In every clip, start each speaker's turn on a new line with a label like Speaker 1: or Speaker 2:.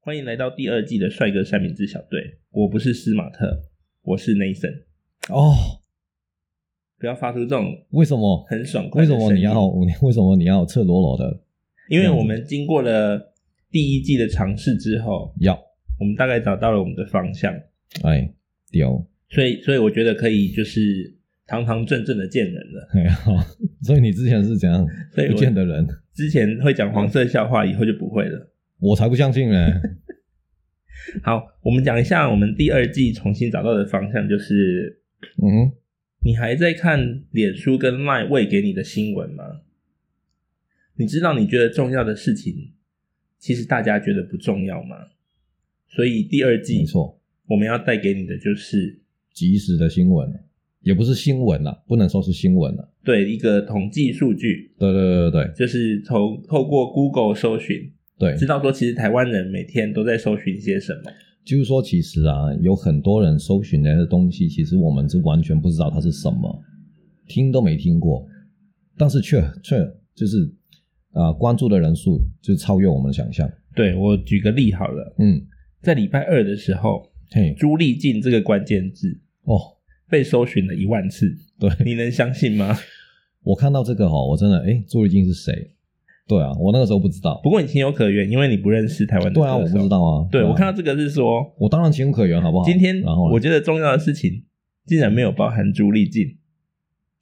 Speaker 1: 欢迎来到第二季的帅哥三明治小队。我不是斯马特，我是 Nathan。
Speaker 2: 哦，
Speaker 1: 不要发出这种
Speaker 2: 为什么？
Speaker 1: 很爽快
Speaker 2: 为
Speaker 1: 的
Speaker 2: 什
Speaker 1: 声音。
Speaker 2: 么你要？为什么你要赤裸裸的
Speaker 1: 因为我们经过了第一季的尝试之后，
Speaker 2: 要？
Speaker 1: 我们大概找到了我们的方向，
Speaker 2: 哎，丢，
Speaker 1: 所以，所以我觉得可以就是堂堂正正的见人了。
Speaker 2: 哎好， 所以你之前是怎样
Speaker 1: 所以
Speaker 2: 不
Speaker 1: 我
Speaker 2: 见的人？
Speaker 1: 之前会讲黄色笑话，以后就不会了。
Speaker 2: 我才不相信 呢。
Speaker 1: 好，我们讲一下我们第二季重新找到的方向，就是
Speaker 2: 嗯，
Speaker 1: 你还在看脸书跟 LINE 喂给你的新闻吗？你知道你觉得重要的事情，其实大家觉得不重要吗？所以第二季
Speaker 2: 没错，
Speaker 1: 我们要带给你的就是
Speaker 2: 及时的新闻也不是新闻了，不能说是新闻了。
Speaker 1: 对一个统计数据，
Speaker 2: 对对对对
Speaker 1: 就是从透过 Google 搜寻，
Speaker 2: 对
Speaker 1: 知
Speaker 2: 对，
Speaker 1: 道说其实台湾人每天都在搜寻些什么。
Speaker 2: 就是说，其实啊，有很多人搜寻的东西，其实我们是完全不知道它是什么，听都没听过，但是却却就是啊、呃关注的人数就超越我们的想象。
Speaker 1: 对我举个例好了，
Speaker 2: 嗯，
Speaker 1: 在礼拜二的时候，
Speaker 2: 嘿，
Speaker 1: 朱丽静这个关键字
Speaker 2: 哦，
Speaker 1: 被搜寻了一万次，
Speaker 2: 对，
Speaker 1: 你能相信吗？
Speaker 2: 我看到这个哈、我真的哎，诶朱丽静是谁？对啊，我那个时候不知道
Speaker 1: 不。过你情有可原，因为你不认识台湾的
Speaker 2: 对啊，我
Speaker 1: 歌手
Speaker 2: 不知。道啊。
Speaker 1: 对
Speaker 2: 啊
Speaker 1: 我看到，这个是说，
Speaker 2: 我当然情有可原，好不好？
Speaker 1: 今天
Speaker 2: 然后呢
Speaker 1: 我觉得重要的事情竟然没有包含朱丽静。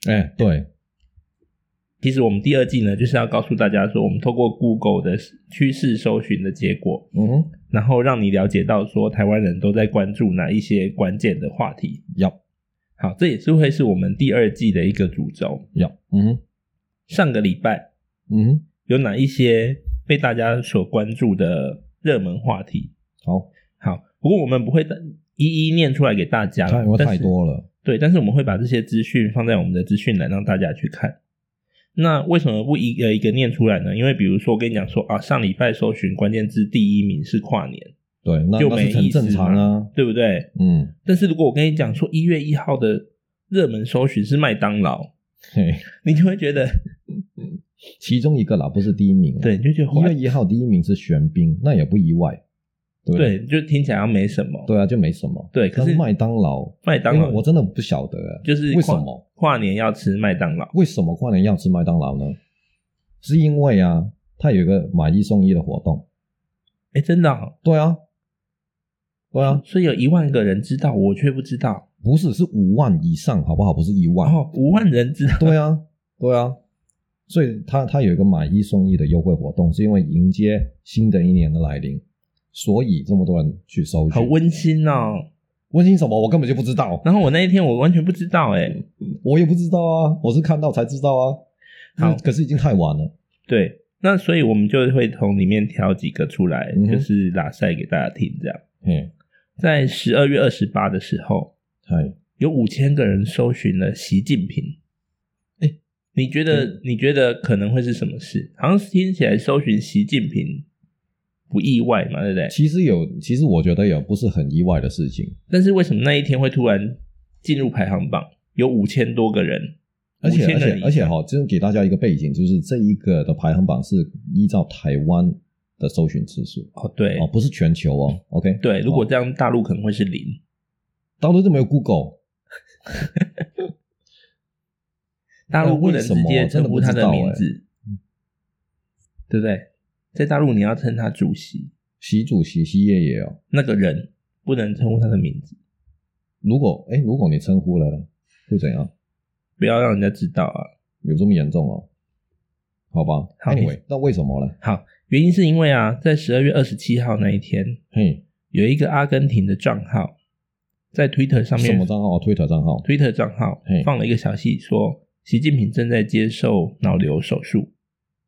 Speaker 2: 哎，对，
Speaker 1: 其实我们第二季呢，就是要告诉大家说，我们透过 Google 的趋势搜寻的结果，
Speaker 2: 嗯哼，
Speaker 1: 然后让你了解到说台湾人都在关注哪一些关键的话题。
Speaker 2: 要
Speaker 1: 好，这也是会是我们第二季的一个主轴。
Speaker 2: 要，嗯哼，
Speaker 1: 上个礼拜
Speaker 2: 嗯哼，
Speaker 1: 有哪一些被大家所关注的热门话题？
Speaker 2: 好，
Speaker 1: 好，不过我们不会一一念出来给大家
Speaker 2: 太
Speaker 1: 了，
Speaker 2: 因为
Speaker 1: 但
Speaker 2: 太
Speaker 1: 是
Speaker 2: 多了。
Speaker 1: 对，但是我们会把这些资讯放在我们的资讯栏让大家去看。那为什么不一个一个念出来呢？因为比如说，我跟你讲说啊，上礼拜搜寻关键字第一名是跨年，
Speaker 2: 对，那
Speaker 1: 就
Speaker 2: 那
Speaker 1: 没
Speaker 2: 是很
Speaker 1: 意思
Speaker 2: 正常啊。
Speaker 1: 对不对？
Speaker 2: 嗯，
Speaker 1: 但是如果我跟你讲说一月一号的热门搜寻是麦当劳，
Speaker 2: 嘿，
Speaker 1: 你就会觉得
Speaker 2: 嗯其中一个啦，不是第一名。啊
Speaker 1: 对，，你就觉得
Speaker 2: 一月
Speaker 1: what？
Speaker 2: 一号第一名是玄彬，那也不意外，对不对？
Speaker 1: 对，就听起来好像没什么。
Speaker 2: 对啊，就没什么。
Speaker 1: 对可
Speaker 2: 但
Speaker 1: 是
Speaker 2: 是麦当劳，
Speaker 1: 麦当
Speaker 2: 因
Speaker 1: 劳
Speaker 2: 为我真的不晓得欸，
Speaker 1: 就是
Speaker 2: 为什
Speaker 1: 跨
Speaker 2: 么？
Speaker 1: 跨年要吃麦当劳？
Speaker 2: 为什么跨年要吃麦当劳呢？是因为啊，它有一个买一送一的活动。
Speaker 1: 哎，真的哦、
Speaker 2: 对啊，对啊，
Speaker 1: 所以有一万个人知道，我却不知道。
Speaker 2: 不是是五万以上，好不好？不是一万。
Speaker 1: 哦，五万人知道。
Speaker 2: 对啊，对啊，所以它它有一个买一送一的优惠活动，是因为迎接新的一年的来临，所以这么多人去搜
Speaker 1: 好
Speaker 2: 寻。
Speaker 1: 温馨哦。
Speaker 2: 温馨什么？我根本就不知道，
Speaker 1: 然后我那一天我完全不知道哎、
Speaker 2: 我也不知道啊，我是看到才知道啊。
Speaker 1: 好
Speaker 2: 可是已经太晚了。
Speaker 1: 对，那所以我们就会从里面挑几个出来，
Speaker 2: 嗯哼
Speaker 1: 就是拉塞给大家听。这样，
Speaker 2: 嘿，
Speaker 1: 在十二月二十八的时候，
Speaker 2: 嗨，
Speaker 1: 有五千个人搜寻了习近平。
Speaker 2: 哎
Speaker 1: 你觉得、
Speaker 2: 嗯
Speaker 1: 你觉得可能会是什么事？好像听起来搜寻习近平不意外嘛，对不对？
Speaker 2: 其实有，其实我觉得有不是很意外的事情。
Speaker 1: 但是为什么那一天会突然进入排行榜？有五千多个人，
Speaker 2: 而
Speaker 1: 5000
Speaker 2: 且而
Speaker 1: 个人
Speaker 2: 且而
Speaker 1: 以
Speaker 2: 且
Speaker 1: 上
Speaker 2: 哈，就是给大家一个背景，就是这一个的排行榜是依照台湾的搜寻次数
Speaker 1: 哦，对
Speaker 2: 哦，不是全球哦。OK，
Speaker 1: 对，如果
Speaker 2: 哦
Speaker 1: 这样，大陆可能会是零。
Speaker 2: 大陆就没有 Google，
Speaker 1: 大陆不能直接称呼他的名
Speaker 2: 为什么我真的不欸
Speaker 1: 字，
Speaker 2: 嗯
Speaker 1: 对不对？在大陆你要称他主席，
Speaker 2: 习主席、习爷爷哦。
Speaker 1: 那个人不能称呼他的名字，
Speaker 2: 如果哎，如果你称呼了呢，会怎样？
Speaker 1: 不要让人家知道啊。
Speaker 2: 有这么严重哦？好吧
Speaker 1: 好
Speaker 2: ，Anyway，那为什么呢？
Speaker 1: 好，原因是因为啊，在十二月二十七号那一天，
Speaker 2: 嘿，
Speaker 1: 有一个阿根廷的账号在 Twitter 上
Speaker 2: 什
Speaker 1: 面
Speaker 2: 么账号？Twitter 哦账号？
Speaker 1: ，Twitter 账号
Speaker 2: 嘿
Speaker 1: 放了一个消息说，习近平正在接受脑瘤手术。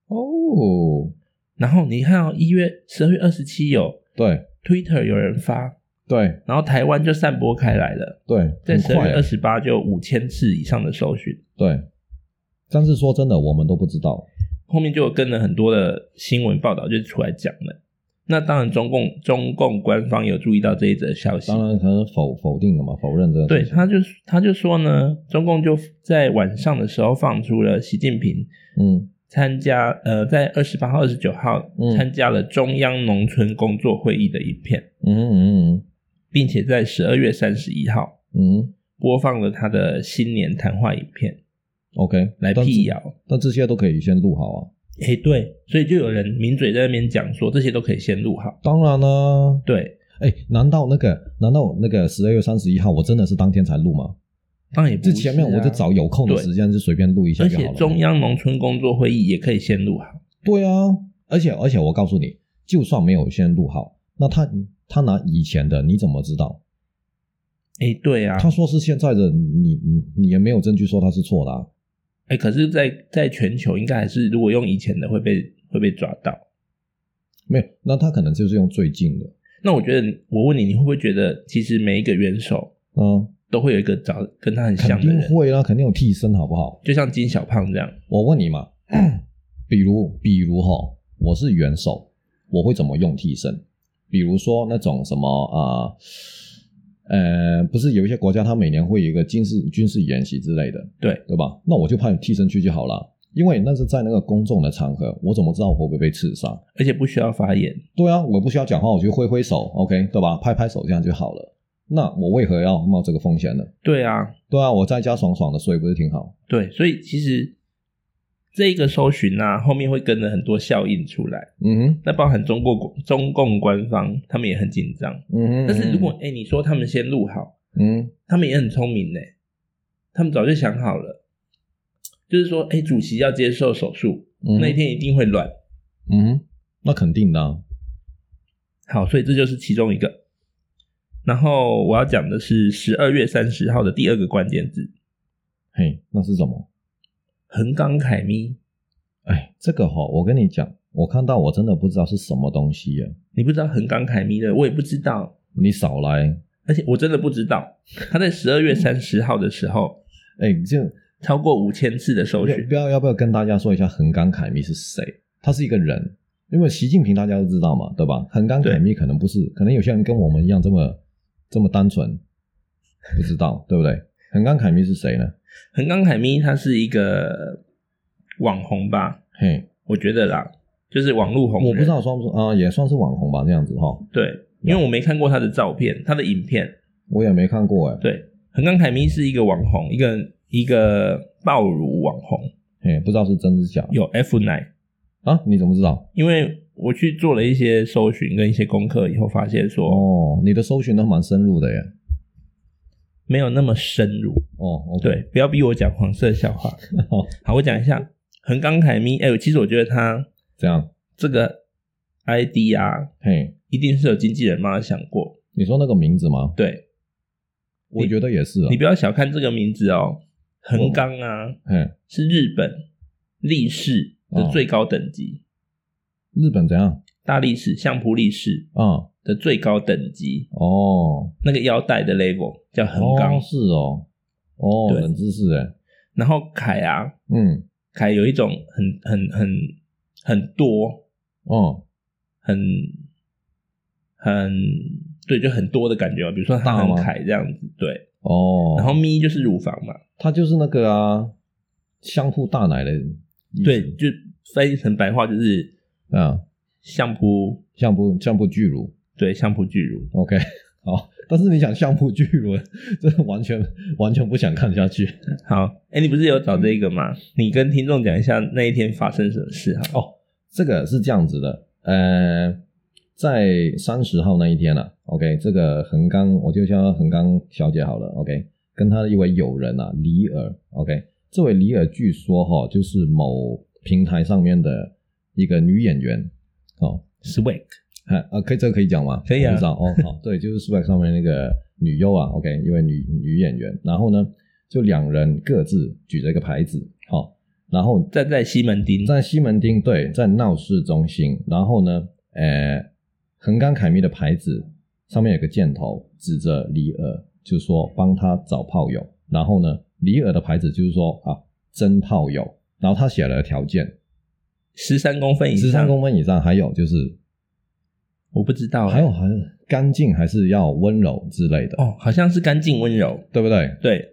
Speaker 2: 哦，
Speaker 1: 然后你看、哦，一月十二月二十七有
Speaker 2: 对
Speaker 1: Twitter 有人发，
Speaker 2: 对
Speaker 1: 然后台湾就散播开来了。
Speaker 2: 对，
Speaker 1: 在
Speaker 2: 很
Speaker 1: 十二
Speaker 2: 快啊
Speaker 1: 月
Speaker 2: 耶
Speaker 1: 二十八就五千次以上的搜寻，
Speaker 2: 对。但是说真的，我们都不知道。
Speaker 1: 后面就有跟了很多的新闻报道就出来讲了。那当然，中共中共官方有注意到这一则消息，
Speaker 2: 当然可能否否定了嘛，否认这个
Speaker 1: 对，
Speaker 2: 事情
Speaker 1: 他就他就说呢，中共就在晚上的时候放出了习近平
Speaker 2: 嗯
Speaker 1: 参加呃，在二十八号、二十九号
Speaker 2: 嗯
Speaker 1: 参加了中央农村工作会议的影片，
Speaker 2: 嗯嗯
Speaker 1: 并且在十二月三十一号
Speaker 2: 嗯
Speaker 1: 播放了他的新年谈话影片
Speaker 2: ，OK，
Speaker 1: 来
Speaker 2: 但
Speaker 1: 辟
Speaker 2: 这
Speaker 1: 谣。
Speaker 2: 但这些都可以先录好啊。
Speaker 1: 诶，对，所以就有人抿嘴在那边讲说，这些都可以先录好。
Speaker 2: 当然啦、
Speaker 1: 对，
Speaker 2: 哎，难道那个难道那个十二月三十一号我真的是当天才录吗？
Speaker 1: 当然也不
Speaker 2: 这
Speaker 1: 是、啊、
Speaker 2: 前面我就找有空的
Speaker 1: 对
Speaker 2: 时间就随便录一下
Speaker 1: 而
Speaker 2: 就好
Speaker 1: 且
Speaker 2: 了嘛。
Speaker 1: 中央农村工作会议也可以先录好。
Speaker 2: 对啊，而且而且我告诉你，就算没有先录好，那他他拿以前的你怎么知道？
Speaker 1: 诶，对啊，
Speaker 2: 他说是现在的，你你你也没有证据说他是错的、啊。
Speaker 1: 诶，可是在，在全球应该还是，如果用以前的会被会被抓到。
Speaker 2: 没有，那他可能就是用最近的，
Speaker 1: 那我觉得你，我问你，你会不会觉得，其实每一个元首
Speaker 2: 嗯，
Speaker 1: 都会有一个找跟他很
Speaker 2: 肯
Speaker 1: 像的
Speaker 2: 定
Speaker 1: 人，
Speaker 2: 会啦，肯定有替身，好不好？
Speaker 1: 就像金小胖这样。
Speaker 2: 我问你嘛， 比如比如哈，我是元首，我会怎么用替身？比如说那种什么啊、呃，不是有一些国家它每年会有一个军事军事演习之类的，
Speaker 1: 对
Speaker 2: 对吧？那我就派替身去就好了，因为那是在那个公众的场合，我怎么知道我会不会被刺杀？
Speaker 1: 而且不需要发言，
Speaker 2: 对啊，我不需要讲话，我就挥挥手，OK，对吧？拍拍手这样就好了。那我为何要冒这个风险呢？
Speaker 1: 对啊，
Speaker 2: 对啊，我在家爽爽的睡不是挺好？
Speaker 1: 对，所以其实这个搜寻啊，后面会跟着很多效应出来，
Speaker 2: 嗯哼，
Speaker 1: 那包含中国中共官方，他们也很紧张。
Speaker 2: 嗯哼。
Speaker 1: 但是如果哎、诶你说他们先录好，
Speaker 2: 嗯
Speaker 1: 他们也很聪明呢，他们早就想好了，就是说，哎、主席要接受手术，
Speaker 2: 嗯
Speaker 1: 那一天一定会乱。
Speaker 2: 嗯哼，那肯定的啊、
Speaker 1: 好，所以这就是其中一个。然后我要讲的是十二月三十号的第二个关键字
Speaker 2: 嘿，那是什么？
Speaker 1: ——横纲凯咪。
Speaker 2: 哎，这个哈、我跟你讲，我看到我真的不知道是什么东西耶。
Speaker 1: 你不知道横纲凯咪的，我也不知道，
Speaker 2: 你少来，
Speaker 1: 而且我真的不知道。他在十二月三十号的时候，
Speaker 2: 哎，这
Speaker 1: 超过五千次的
Speaker 2: 不
Speaker 1: 搜
Speaker 2: 要
Speaker 1: 寻
Speaker 2: 不。要要不要跟大家说一下横纲凯咪是谁？他是一个人，因为习近平大家都知道嘛，对吧？横纲凯咪可能不是，可能有些人跟我们一样这么这么单纯，不知道 对不对？横纲凯咪是谁呢？
Speaker 1: 横纲凯咪他是一个网红吧，
Speaker 2: 嘿，
Speaker 1: 我觉得啦，就是网络红人。
Speaker 2: 我不知道算不算啊、也算是网红吧，这样子哈、
Speaker 1: 对，因为我没看过他的照片，他的影片。
Speaker 2: 我也没看过哎。
Speaker 1: 对，横纲凯咪是一个网红，一个一个爆乳网红，
Speaker 2: 嘿，不知道是真是假
Speaker 1: 有 F 奶。
Speaker 2: 啊？你怎么知道？
Speaker 1: 因为我去做了一些搜寻跟一些功课以后，发现说
Speaker 2: 哦，你的搜寻都蛮深入的耶。
Speaker 1: 没有那么深入。
Speaker 2: 哦，OK，
Speaker 1: 对，不要逼我讲黄色笑话。
Speaker 2: 好，
Speaker 1: 好，我讲一下横纲凯咪。哎、其实我觉得他
Speaker 2: 这样，
Speaker 1: 这个 ID 啊，
Speaker 2: 嘿，
Speaker 1: 一定是有经纪人帮他想过。
Speaker 2: 你说那个名字吗？
Speaker 1: 对
Speaker 2: 我觉得也是啊
Speaker 1: 你。不要小看这个名字哦，
Speaker 2: 嗯
Speaker 1: 横纲啊
Speaker 2: 嘿，
Speaker 1: 是日本力士的
Speaker 2: 哦
Speaker 1: 最高等级，
Speaker 2: 日本怎样？
Speaker 1: 大力士、相扑力士
Speaker 2: 啊，
Speaker 1: 的最高等级，
Speaker 2: 哦，
Speaker 1: 那个腰带的 level 叫横纲。
Speaker 2: 哦是哦，哦，
Speaker 1: 对
Speaker 2: 冷知识哎。
Speaker 1: 然后凯啊，
Speaker 2: 嗯，
Speaker 1: 凯有一种很很很很多
Speaker 2: 哦，
Speaker 1: 很很对，就很多的感觉嘛。比如说他
Speaker 2: 大
Speaker 1: 很
Speaker 2: 吗
Speaker 1: 凯这样子，对。
Speaker 2: 哦，
Speaker 1: 然后咪就是乳房嘛，
Speaker 2: 他就是那个啊，相互大奶的意思。
Speaker 1: 对，就翻译成白话就是
Speaker 2: 啊，
Speaker 1: 相扑，
Speaker 2: 相扑相扑巨乳
Speaker 1: 对，相扑巨乳。
Speaker 2: ，OK，好。但是你想相扑巨乳， 真的完全完全不想看下去。
Speaker 1: 好，哎，你不是有找
Speaker 2: 嗯
Speaker 1: 这个吗？你跟听众讲一下那一天发生什么事哈。
Speaker 2: 哦，这个是这样子的，呃，在三十号那一天啊、，OK，这个横纲，我就叫横纲小姐好了，OK，跟她的一位友人啊，李尔，OK，这位李尔据说哈、就是某平台上面的一个女演员，哦，
Speaker 1: Swag，
Speaker 2: 啊啊，可以这个可以讲吗？
Speaker 1: 可以啊
Speaker 2: 我不知道哦， 好，对，就是 s w a g 上面那个女优啊，OK，一位女女演员，然后呢，就两人各自举着一个牌子，好、然后
Speaker 1: 站在西门町，
Speaker 2: 在西门町，对，在闹市中心。然后呢，呃，横纲凯咪的牌子上面有个箭头指着李尔，就说帮他找炮友。然后呢，李尔的牌子就是说啊，真炮友。然后他写了条件，
Speaker 1: 十三公分以上，
Speaker 2: 十三公分以上，还有就是
Speaker 1: 我不知道、欸
Speaker 2: 还有还是干净，还是要温柔之类的，
Speaker 1: 哦，好像是干净温柔，
Speaker 2: 对不对？
Speaker 1: 对，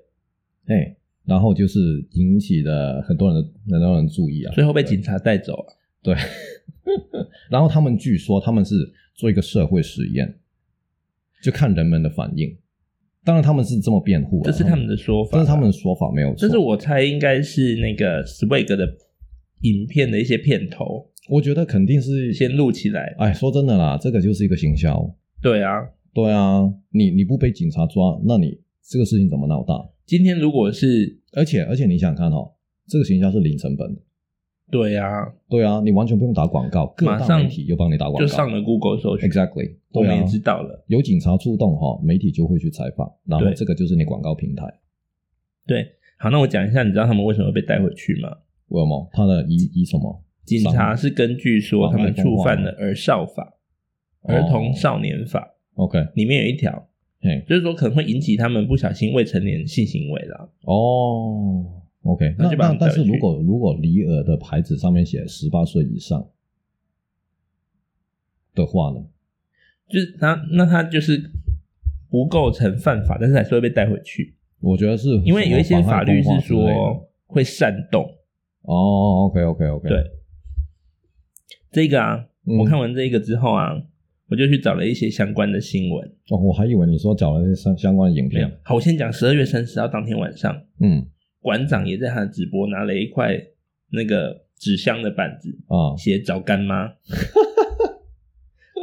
Speaker 2: 哎，然后就是引起了很多人的很多人注意啊。
Speaker 1: 最后被警察带走啊。
Speaker 2: 对， 然后他们据说他们是做一个社会实验，就看人们的反应。当然他们是这么辩护、啊，
Speaker 1: 这是他们的说法
Speaker 2: 这是他们的说法没有错。
Speaker 1: 但是我猜应该是那个 Swag 的影片的一些片头
Speaker 2: 我觉得肯定是
Speaker 1: 先录起来。
Speaker 2: 哎，说真的啦，这个就是一个行销。
Speaker 1: 对啊，
Speaker 2: 对啊，你你不被警察抓，那你这个事情怎么闹大？
Speaker 1: 今天如果是
Speaker 2: 而且而且你想想看哦，这个行销是零成本的，
Speaker 1: 对啊，
Speaker 2: 对啊，你完全不用打广告，各
Speaker 1: 马
Speaker 2: 大
Speaker 1: 上
Speaker 2: 媒体就帮你打广告，
Speaker 1: 就上了 Google 搜寻，
Speaker 2: exactly，
Speaker 1: 我
Speaker 2: 对
Speaker 1: 们
Speaker 2: 啊
Speaker 1: 也，知道了。
Speaker 2: 有警察出动哈、媒体就会去采访，然后
Speaker 1: 对
Speaker 2: 这个就是你广告平台，
Speaker 1: 对，好，那我讲一下，你知道他们为什么被带回去吗？
Speaker 2: 为什么？他的以以什么？
Speaker 1: 警察是根据说他们触犯了儿少法、
Speaker 2: 妨碍
Speaker 1: 儿
Speaker 2: 风化
Speaker 1: 童少年法
Speaker 2: OK，
Speaker 1: 里面有一条，
Speaker 2: 嘿，
Speaker 1: 就是说可能会引起他们不小心未成年性行为啦。
Speaker 2: 哦，OK，
Speaker 1: 那
Speaker 2: 那
Speaker 1: 就把
Speaker 2: 那
Speaker 1: 你带
Speaker 2: 但
Speaker 1: 回
Speaker 2: 是
Speaker 1: 去
Speaker 2: 如果如果离耳的牌子上面写十八岁以上的话呢？
Speaker 1: 就是他，那他就是不构成犯法，但是还是会被带回去，
Speaker 2: 我觉得是
Speaker 1: 因为有一
Speaker 2: 什
Speaker 1: 些
Speaker 2: 么妨
Speaker 1: 法
Speaker 2: 碍
Speaker 1: 律
Speaker 2: 风化
Speaker 1: 是
Speaker 2: 之类的
Speaker 1: 说会煽动。
Speaker 2: 哦，OK OK OK，
Speaker 1: 对这个啊，
Speaker 2: 嗯
Speaker 1: 我看完这个之后啊，我就去找了一些相关的新闻。
Speaker 2: 哦，我还以为你说找了一些相相关的影
Speaker 1: 没有
Speaker 2: 片，，
Speaker 1: 好，我先讲十二月三十号当天晚上，
Speaker 2: 嗯
Speaker 1: 馆长也在他的直播拿了一块那个纸箱的板子，
Speaker 2: 啊，
Speaker 1: 写找干妈。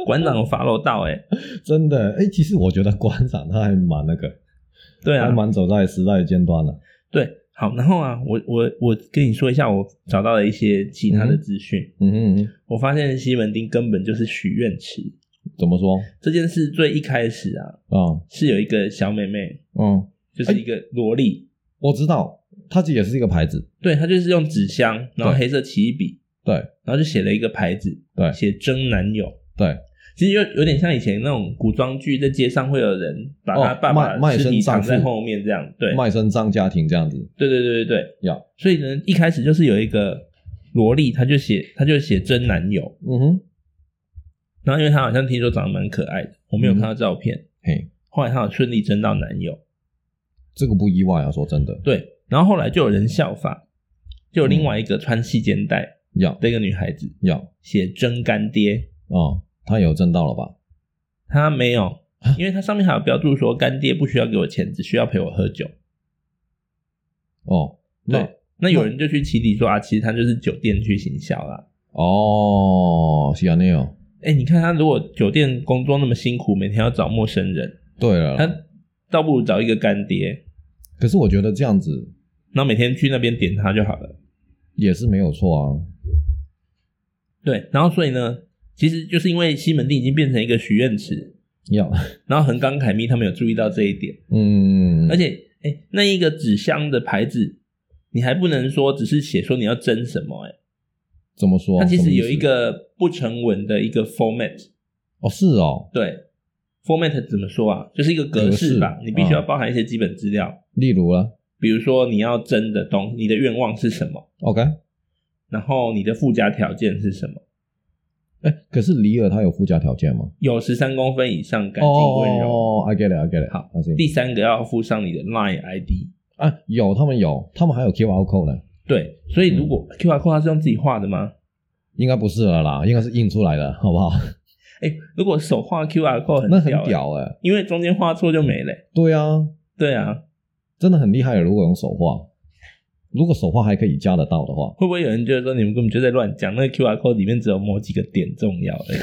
Speaker 1: 馆长有 follow 到哎、
Speaker 2: 真的，哎，其实我觉得馆长他还蛮那个，
Speaker 1: 对啊
Speaker 2: 还，蛮走在时代的尖端的。
Speaker 1: 对，好，然后啊，我我我跟你说一下，我找到了一些其他的资讯。
Speaker 2: 嗯哼嗯哼，
Speaker 1: 我发现西门町根本就是许愿池。
Speaker 2: 怎么说
Speaker 1: 这件事最一开始啊，
Speaker 2: 啊？
Speaker 1: 是有一个小妹妹，
Speaker 2: 嗯，
Speaker 1: 就是一个萝莉，
Speaker 2: 我知道，他这也是一个牌子，
Speaker 1: 对她就是用纸箱，然后黑色起笔，
Speaker 2: 对
Speaker 1: 然后就写了一个牌子，
Speaker 2: 对
Speaker 1: 写征男友。
Speaker 2: 对，
Speaker 1: 其实有有点像以前那种古装剧，在街上会有人把他
Speaker 2: 哦
Speaker 1: 爸爸
Speaker 2: 卖卖
Speaker 1: 尸体
Speaker 2: 身
Speaker 1: 藏
Speaker 2: 葬
Speaker 1: 在
Speaker 2: 父
Speaker 1: 后面这样，对，
Speaker 2: 卖身葬家庭这样子
Speaker 1: 对对对对对。
Speaker 2: 呀。
Speaker 1: 所以呢，一开始就是有一个萝莉，她就写她就写真男友，
Speaker 2: 嗯哼，
Speaker 1: 然后因为她好像听说长得蛮可爱的，我没有
Speaker 2: 嗯
Speaker 1: 看到照片，
Speaker 2: 嘿，
Speaker 1: 后来她有顺利征到男友。
Speaker 2: 这个不意外啊，说真的
Speaker 1: 对，然后后来就有人效仿，就有另外一个穿细肩带
Speaker 2: 呀
Speaker 1: 的一个女孩子
Speaker 2: 呀
Speaker 1: 写“真干爹
Speaker 2: 啊，他有挣到了吧？”，
Speaker 1: 她没有，因为她上面还有标注说干爹不需要给我钱，只需要陪我喝酒。
Speaker 2: 哦，那
Speaker 1: 对那有人就去起底说啊，其实她就是酒店去行销啦。
Speaker 2: 哦，是啊，那样。
Speaker 1: 哎，你看她如果酒店工作那么辛苦，每天要找陌生人，
Speaker 2: 对了，
Speaker 1: 她倒不如找一个干爹，
Speaker 2: 可是我觉得这样子
Speaker 1: 然后每天去那边点他就好了。
Speaker 2: 也是没有错啊。
Speaker 1: 对，然后所以呢，其实就是因为西门町已经变成一个许愿池，
Speaker 2: 要，
Speaker 1: 然后横冈凯咪他们有注意到这一点。
Speaker 2: 嗯，
Speaker 1: 而且，哎、那一个纸箱的牌子，你还不能说只是写说你要争什么、哎，
Speaker 2: 怎么说？
Speaker 1: 它其
Speaker 2: 什
Speaker 1: 实
Speaker 2: 么意
Speaker 1: 有
Speaker 2: 思
Speaker 1: 一个不成文的一个 format，
Speaker 2: 哦，是哦，
Speaker 1: 对，format 怎么说啊？就是一个格式嗯吧，
Speaker 2: 格式
Speaker 1: 你必须要
Speaker 2: 嗯
Speaker 1: 包含一些基本资料，
Speaker 2: 例如呢
Speaker 1: 比如说你要争的东，你的愿望是什么，
Speaker 2: 哦，OK，
Speaker 1: 然后你的附加条件是什么，
Speaker 2: 哎，可是里尔他有附加条件吗？
Speaker 1: 有十三公分以上，感情温柔。
Speaker 2: 哦，I get it，I get it，
Speaker 1: 好
Speaker 2: 放心
Speaker 1: 第三个要附上你的 Line ID，
Speaker 2: 啊，有他们有，他们还有 QR code 呢，
Speaker 1: 对，所以如果
Speaker 2: 嗯
Speaker 1: QR code 它是用自己画的吗？
Speaker 2: 应该不是了啦，应该是印出来的，好不好？
Speaker 1: 哎、如果手画 QR code 很
Speaker 2: 那很
Speaker 1: 屌、哎
Speaker 2: 屌哎，
Speaker 1: 因为中间画错就没了欸、
Speaker 2: 对啊，
Speaker 1: 对啊，
Speaker 2: 真的很厉害了。如果用手画，如果手画还可以加得到的话，
Speaker 1: 会不会有人觉得说你们根本就在乱讲？那个 QR code 里面只有某几个点重要 而已。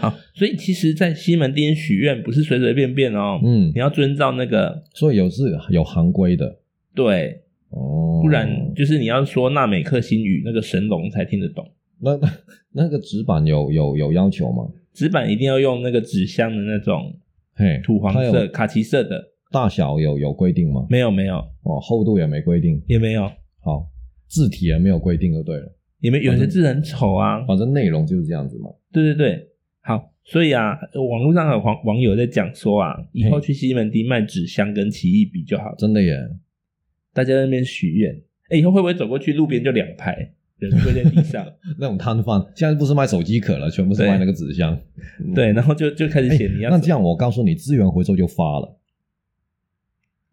Speaker 1: 好，所以其实，在西门町许愿不是随随便便哦，
Speaker 2: 嗯
Speaker 1: 你，要遵照那个
Speaker 2: 所以有是有行规的
Speaker 1: 对，
Speaker 2: 哦，
Speaker 1: 不然就是你要说纳美克星语那个神龙才听得懂。
Speaker 2: 那那那个纸板有有有要求吗？
Speaker 1: 纸板一定要用那个纸箱的那种
Speaker 2: 嘿，
Speaker 1: 土黄
Speaker 2: 它有
Speaker 1: 色、卡其色的，
Speaker 2: 大小有有规定吗？
Speaker 1: 没有没有
Speaker 2: 哦，厚度也没规定，
Speaker 1: 也没有
Speaker 2: 好，字体也没有规定就对了，
Speaker 1: 也没有些字很丑啊，
Speaker 2: 反正内容就是这样子嘛。
Speaker 1: 对对对，好，所以啊，网络上有网网友在讲说啊，以后去西门町卖纸箱跟奇异笔就好了，
Speaker 2: 真的耶，
Speaker 1: 大家在那边许愿。哎，以后会不会走过去路边就两排人跪在地 上，
Speaker 2: 那种摊贩现在不是卖手机壳了，全部是
Speaker 1: 对
Speaker 2: 卖那个纸箱。
Speaker 1: 对，然后就就开始
Speaker 2: 哎
Speaker 1: 写你要
Speaker 2: 那
Speaker 1: 什
Speaker 2: 这样我告诉你，资源回收就发了。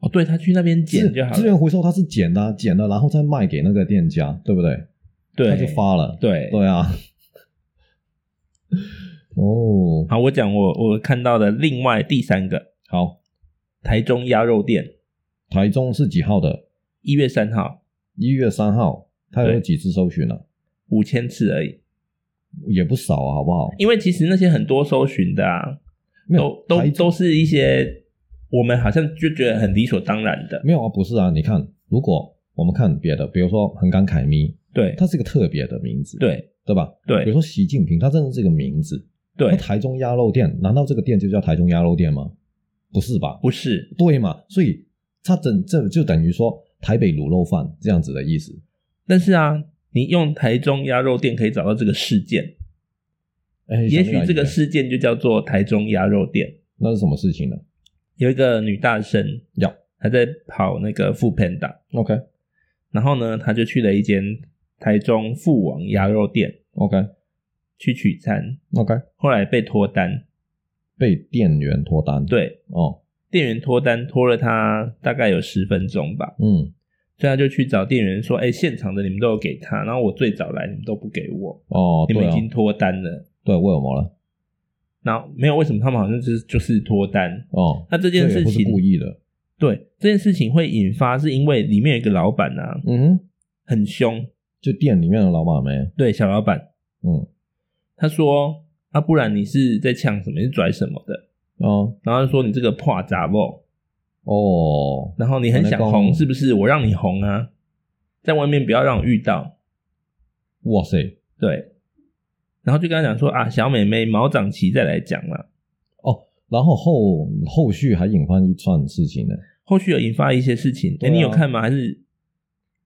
Speaker 1: 哦，对他去那边捡
Speaker 2: 资
Speaker 1: 就好
Speaker 2: 资
Speaker 1: 了，
Speaker 2: 源回收它是捡的啊，捡了然后再卖给那个店家，对不对？
Speaker 1: 对，
Speaker 2: 他就发了。
Speaker 1: 对。
Speaker 2: 对啊。 哦，
Speaker 1: 好，我讲我我看到的另外第三个
Speaker 2: 好，
Speaker 1: 台中鸭肉店，
Speaker 2: 台中是几号的？
Speaker 1: 一月三号
Speaker 2: 一月三号，它有
Speaker 1: 对
Speaker 2: 几次搜寻了、
Speaker 1: 五千次而已，
Speaker 2: 也不少啊，好不好？
Speaker 1: 因为其实那些很多搜寻的啊，
Speaker 2: 没有
Speaker 1: 都，都
Speaker 2: 台
Speaker 1: 都是一些我们好像就觉得很理所当然的，
Speaker 2: 没有啊，不是啊。你看，如果我们看别的，比如说横港凯咪，
Speaker 1: 对
Speaker 2: 它是一个特别的名字，
Speaker 1: 对
Speaker 2: 对吧？比如
Speaker 1: 对
Speaker 2: 说习近平，他真的是一个名字。那
Speaker 1: 对，
Speaker 2: 台中鸭肉店，难道这个店就叫台中鸭肉店吗？不是吧？
Speaker 1: 不是
Speaker 2: 对嘛？所以它等这就等于说台北卤肉饭这样子的意思。
Speaker 1: 但是啊，你用台中鸭肉店可以找到这个事件，
Speaker 2: 哎，
Speaker 1: 也许这个
Speaker 2: 是
Speaker 1: 事件就叫做台中鸭肉店。
Speaker 2: 那是什么事情呢
Speaker 1: 有一个女大生，
Speaker 2: 呀
Speaker 1: 她在跑那个富 Panda，
Speaker 2: ？OK
Speaker 1: 然后呢，她就去了一间台中富王鸭肉店
Speaker 2: OK
Speaker 1: 去取餐，
Speaker 2: OK，
Speaker 1: 后来被脱单，
Speaker 2: 被店员脱单。
Speaker 1: 对，
Speaker 2: 哦，
Speaker 1: 店员脱单脱了她大概有十分钟吧，
Speaker 2: 嗯
Speaker 1: 所以她就去找店员说：“哎、现场的你们都有给他，然后我最早来，你们都不给我，
Speaker 2: 哦，
Speaker 1: 你
Speaker 2: 对
Speaker 1: 们已
Speaker 2: 啊，
Speaker 1: 经脱单了。”
Speaker 2: 对，为什么了？
Speaker 1: 然后没有为什么他们好像就是就是脱单，
Speaker 2: 哦，
Speaker 1: 那这
Speaker 2: 这
Speaker 1: 件
Speaker 2: 也
Speaker 1: 事
Speaker 2: 不是
Speaker 1: 情
Speaker 2: 故意的。
Speaker 1: 对这件事情会引发，是因为里面有一个老板啊，
Speaker 2: 嗯哼，
Speaker 1: 很凶，
Speaker 2: 就店里面的老板没。
Speaker 1: 对小老板，
Speaker 2: 嗯
Speaker 1: 他说啊，不然你是在呛什么，你是拽什么的，
Speaker 2: 哦
Speaker 1: 然后他说你这个破杂货，
Speaker 2: 哦，
Speaker 1: 然后你很想
Speaker 2: 我来
Speaker 1: 红
Speaker 2: 讲
Speaker 1: 是不是？我让你红啊，在外面不要让我遇到，
Speaker 2: 哇塞，
Speaker 1: 对，然后就跟他讲说啊，小美眉毛长齐再来讲啦。
Speaker 2: 然后后后续还引发一串事情呢。
Speaker 1: 后续有引发一些事情，哎、
Speaker 2: 对啊
Speaker 1: 你有看吗？还是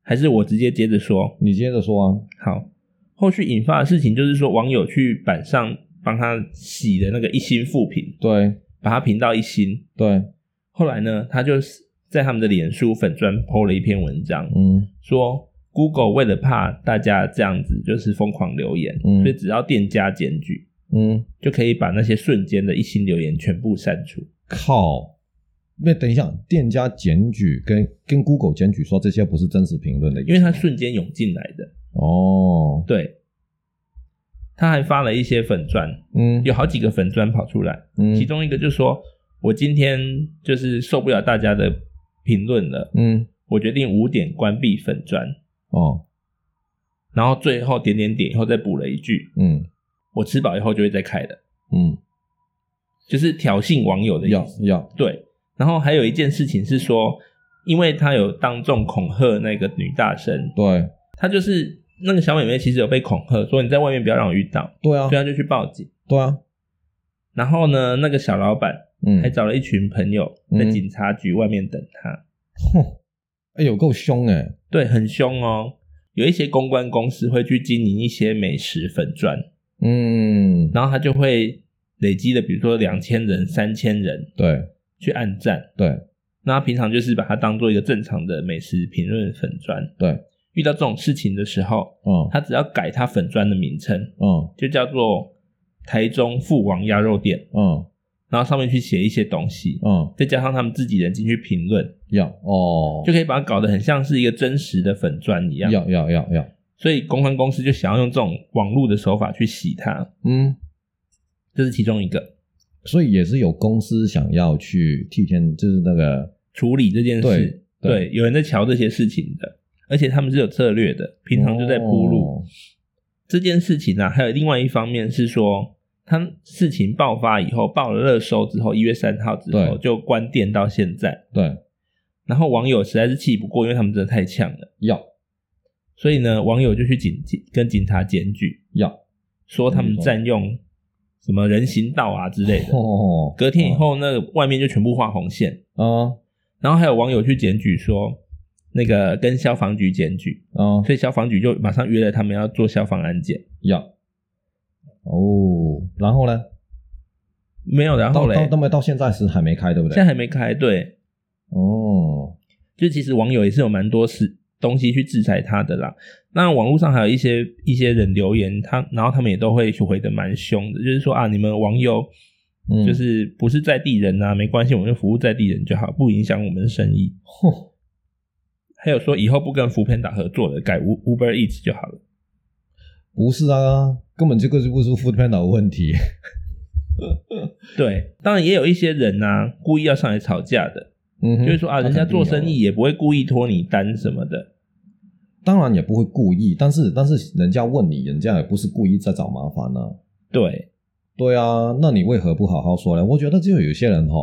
Speaker 1: 还是我直接接着说？
Speaker 2: 你接着说啊。
Speaker 1: 好，后续引发的事情就是说，网友去板上帮他洗的那个一星复评，
Speaker 2: 对
Speaker 1: 把他评到一星。
Speaker 2: 对，
Speaker 1: 后来呢，他就是在他们的脸书粉专 PO 了一篇文章，
Speaker 2: 嗯
Speaker 1: 说 Google 为了怕大家这样子就是疯狂留言，
Speaker 2: 嗯
Speaker 1: 所以只要店家检举，
Speaker 2: 嗯，
Speaker 1: 就可以把那些瞬间的一星留言全部删除。
Speaker 2: 靠。那等一下，店家检举跟跟 Google 检举说这些不是真实评论的意思，
Speaker 1: 因为他瞬间涌进来的，
Speaker 2: 哦，
Speaker 1: 对。他还发了一些粉砖，
Speaker 2: 嗯
Speaker 1: 有好几个粉砖跑出来，
Speaker 2: 嗯
Speaker 1: 其中一个就说：“我今天就是受不了大家的评论了，
Speaker 2: 嗯
Speaker 1: 我决定五点关闭粉砖。
Speaker 2: 哦”
Speaker 1: 然后最后点点点以后再补了一句
Speaker 2: 嗯：“
Speaker 1: 我吃饱以后就会再开的。
Speaker 2: 嗯，”
Speaker 1: 就是挑衅网友的意
Speaker 2: 要
Speaker 1: 思。
Speaker 2: 要
Speaker 1: 对，然后还有一件事情是说，因为他有当众恐吓那个女大生，
Speaker 2: 对
Speaker 1: 他就是那个小美妹其实有被恐吓，说你在外面不要让我遇到，
Speaker 2: 对啊
Speaker 1: 所以她就去报警。
Speaker 2: 对啊，
Speaker 1: 然后呢，那个小老板
Speaker 2: 嗯
Speaker 1: 还，找了一群朋友在警察局外面等他。
Speaker 2: 哼哎有够凶哎，
Speaker 1: 对，很凶哦。有一些公关公司会去经营一些美食粉砖，
Speaker 2: 嗯，
Speaker 1: 然后他就会累积的，比如说两千人、三千人
Speaker 2: 对
Speaker 1: 去按赞。
Speaker 2: 对
Speaker 1: 那他平常就是把它当做一个正常的美食评论粉砖。
Speaker 2: 对，
Speaker 1: 遇到这种事情的时候，
Speaker 2: 嗯
Speaker 1: 他只要改他粉砖的名称，
Speaker 2: 嗯
Speaker 1: 就叫做台中富王鸭肉店，
Speaker 2: 嗯
Speaker 1: 然后上面去写一些东西，
Speaker 2: 嗯，
Speaker 1: 再加上他们自己人进去评论，
Speaker 2: 要哦
Speaker 1: 就，可以把它搞得很像是一个真实的粉砖一样。
Speaker 2: 要要要要，
Speaker 1: 所以公关公司就想要用这种网络的手法去洗它，
Speaker 2: 嗯，
Speaker 1: 这是其中一个
Speaker 2: 所以也是有公司想要去替天，就是那个
Speaker 1: 处理这件事。
Speaker 2: 对对
Speaker 1: 有人在瞧这些事情的，而且他们是有策略的，平常就在铺路、
Speaker 2: 哦
Speaker 1: 这件事情啊。还有另外一方面是说，他事情爆发以后，爆了热搜之后，一月三号之后
Speaker 2: 对
Speaker 1: 就关店到现在。
Speaker 2: 对，
Speaker 1: 然后网友实在是气不过，因为他们真的太呛了，
Speaker 2: 要
Speaker 1: 所以呢，网友就去警警跟警察检举，
Speaker 2: 要
Speaker 1: 说他
Speaker 2: 嗯
Speaker 1: 们占用什么人行道啊之类的。
Speaker 2: 哦，
Speaker 1: 隔天以后，那个外面就全部画红线，
Speaker 2: 啊
Speaker 1: 然后还有网友去检举说，那个跟消防局检举，
Speaker 2: 啊
Speaker 1: 所以消防局就马上约了他们要做消防安检，
Speaker 2: 要哦，然后呢？
Speaker 1: 没有，然后
Speaker 2: 到
Speaker 1: 嘞
Speaker 2: 到，到没到现在是还没开，对不
Speaker 1: 现在
Speaker 2: 对？
Speaker 1: 还没开，对，
Speaker 2: 哦，
Speaker 1: 就其实网友也是有蛮多事东西去制裁他的啦。那网络上还有一些一些人留言，他然后他们也都会去回的蛮凶的，就是说啊，你们网友
Speaker 2: 嗯，
Speaker 1: 就是不是在地人啊，没关系，我们就服务在地人就好，不影响我们的生意。
Speaker 2: 嚯
Speaker 1: 还有说以后不跟福片打合作了，改 U- Uber Eats 就好了。
Speaker 2: 不是啊，根本这个就不是 Food Panda 的问题。
Speaker 1: 对，当然也有一些人呐、啊，故意要上来吵架的，
Speaker 2: 嗯哼，
Speaker 1: 就是说啊，
Speaker 2: 那
Speaker 1: 人家
Speaker 2: 肯定
Speaker 1: 做
Speaker 2: 有
Speaker 1: 生
Speaker 2: 了
Speaker 1: 意也不会故意拖你单什么的。
Speaker 2: 当然也不会故意，但是但是人家问你，人家也不是故意在找麻烦呢、啊
Speaker 1: 对，
Speaker 2: 对啊，那你为何不好好说呢？我觉得就有些人哈、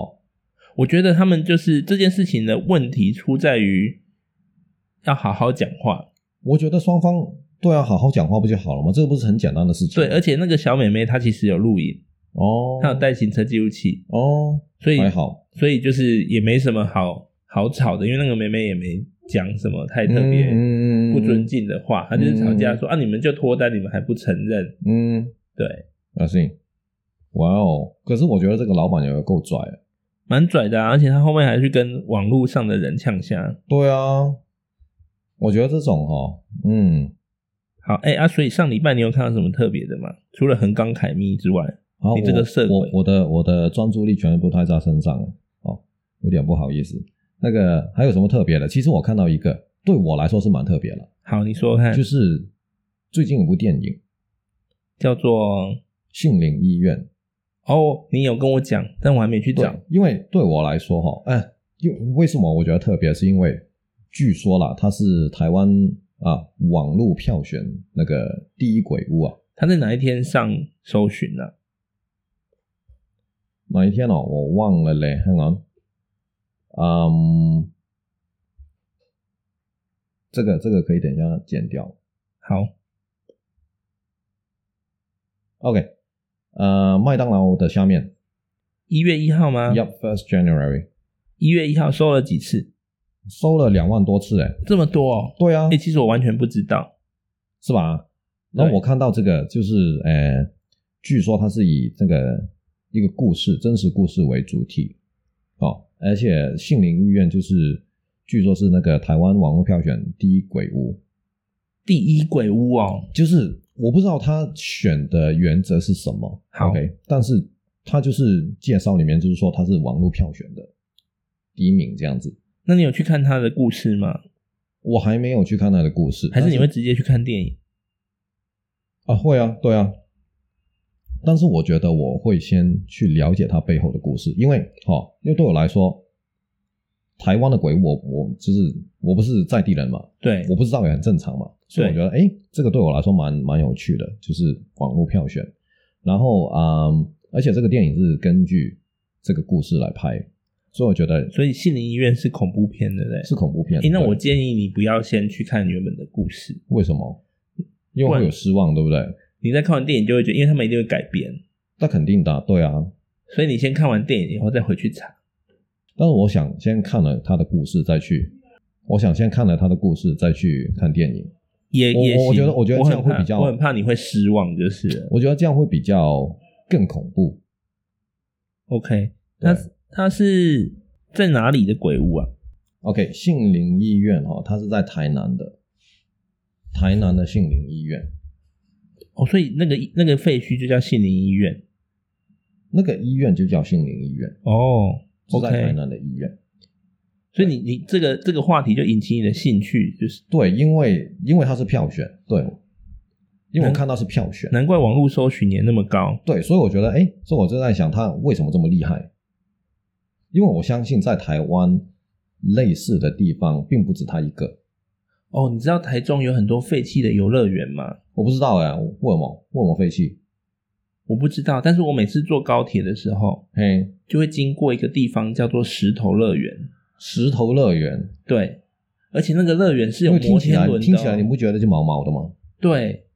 Speaker 1: 我觉得他们就是这件事情的问题出在于要好好讲话。
Speaker 2: 我觉得双方对啊，好好讲话不就好了吗？这个不是很简单的事情。
Speaker 1: 对，而且啊那个小美眉她其实有录影，
Speaker 2: 哦，
Speaker 1: 她有带行车记录器，
Speaker 2: 哦，
Speaker 1: 所以
Speaker 2: 还好，
Speaker 1: 所以就是也没什么好好吵的，因为那个妹妹也没讲什么太特别
Speaker 2: 嗯
Speaker 1: 不尊，敬的话，她就是吵架说啊，你们就脱单，你们还不承认，
Speaker 2: 嗯，嗯
Speaker 1: 对，
Speaker 2: 啊行，哇哦，可是我觉得这个老板也够拽啊的。
Speaker 1: 蛮拽的、啊，而且她后面还去跟网络上的人呛虾。
Speaker 2: 对啊，我觉得这种哦，嗯，
Speaker 1: 好，哎、啊，所以上礼拜你有看到什么特别的吗？除了横纲凯咪之外，
Speaker 2: 啊，
Speaker 1: 你这个社
Speaker 2: 我
Speaker 1: 鬼
Speaker 2: 我我的我的专注力全部都在身上了，哦，有点不好意思。那个还有什么特别的？其实我看到一个对我来说是蛮特别的，
Speaker 1: 好，你说说看，
Speaker 2: 就是最近有部电影《
Speaker 1: 叫做
Speaker 2: 杏林医院》，
Speaker 1: 哦，你有跟我讲，但我还没去
Speaker 2: 对
Speaker 1: 找。，
Speaker 2: 因为对我来说哈，哎，因为什么我觉得特别，是因为据说啦，它是台湾啊网络票选那个第一鬼屋啊，
Speaker 1: 他在哪一天上搜寻啊呢、
Speaker 2: 哪一天哦？我忘了嘞，hang on，嗯，这个这个可以等一下剪掉
Speaker 1: 好，
Speaker 2: ，OK，呃，麦当劳的下面、
Speaker 1: 一月一号吗
Speaker 2: y？u p first January
Speaker 1: 一月一号收了几次？
Speaker 2: 收了两万多次哎，
Speaker 1: 这么多哦？
Speaker 2: 对啊
Speaker 1: 哎、，其实我完全不知道。
Speaker 2: 是吧？那
Speaker 1: 对
Speaker 2: 我看到这个就是呃，据说它是以这个一个故事真实故事为主体哦，而且杏林医院就是据说是那个台湾网络票选第一鬼屋。
Speaker 1: 第一鬼屋哦，
Speaker 2: 就是我不知道他选的原则是什么
Speaker 1: 好
Speaker 2: ，OK，但是他就是介绍里面就是说他是网络票选的第一名这样子。
Speaker 1: 那你有去看他的故事吗？
Speaker 2: 我还没有去看他的故事，
Speaker 1: 还是你会
Speaker 2: 但
Speaker 1: 直接去看电影？
Speaker 2: 啊？会啊，对啊。但是我觉得我会先去了解他背后的故事，因为哦，因为对我来说，台湾的鬼屋我我就是我不是在地人嘛，
Speaker 1: 对，
Speaker 2: 我不知道也很正常嘛，所以我
Speaker 1: 对
Speaker 2: 觉得哎，诶这个对我来说蛮蛮有趣的，就是网络票选。然后啊、嗯而且这个电影是根据这个故事来拍，所以我觉得
Speaker 1: 所以杏林医院是恐怖片，对不对？
Speaker 2: 是恐怖片。
Speaker 1: 哎、那
Speaker 2: 对
Speaker 1: 我建议你不要先去看原本的故事，
Speaker 2: 为什么？因为
Speaker 1: 不然
Speaker 2: 会有失望，对不对？
Speaker 1: 你在看完电影就会觉得，因为他们一定会改编，
Speaker 2: 那肯定的，对啊。
Speaker 1: 所以你先看完电影以后再回去查。
Speaker 2: 但是我想先看了他的故事再去，我想先看了他的故事再去看电影。
Speaker 1: 也
Speaker 2: 我
Speaker 1: 也
Speaker 2: 我
Speaker 1: 行，
Speaker 2: 我觉得我觉得这样
Speaker 1: 很怕
Speaker 2: 会比较
Speaker 1: 我很怕你会失望，就是了
Speaker 2: 我觉得这样会比较更恐怖。
Speaker 1: OK。它
Speaker 2: 对
Speaker 1: 它是在哪里的鬼屋啊？
Speaker 2: OK，杏林医院哈、哦，它是在台南的，台南的杏林医院。
Speaker 1: 哦，所以那个那个废墟就叫杏林医院
Speaker 2: 那个医院就叫杏林医院，
Speaker 1: 哦。
Speaker 2: 是在台
Speaker 1: OK，
Speaker 2: 南的医院。
Speaker 1: 所以你你这个这个话题就引起你的兴趣，就是
Speaker 2: 对，因为因为它是票选，对，因为我
Speaker 1: 难
Speaker 2: 看到是票选，
Speaker 1: 难怪网络搜寻也那么高。
Speaker 2: 对，所以我觉得，哎，所以我就在想，他为什么这么厉害？因为我相信在台湾类似的地方并不止他一个。
Speaker 1: 哦，你知道台中有很多废弃的游乐园吗？
Speaker 2: 我不知道哎，为什么为什么废弃？
Speaker 1: 我不知道，但是我每次坐高铁的时候，
Speaker 2: 嘿，
Speaker 1: 就会经过一个地方叫做石头乐园。
Speaker 2: 石头乐园，
Speaker 1: 对，而且那个乐园是
Speaker 2: 因
Speaker 1: 有
Speaker 2: 为听
Speaker 1: 摩
Speaker 2: 起
Speaker 1: 天
Speaker 2: 来
Speaker 1: 轮的哦、
Speaker 2: 听起来你不觉得就毛毛的吗？
Speaker 1: 对，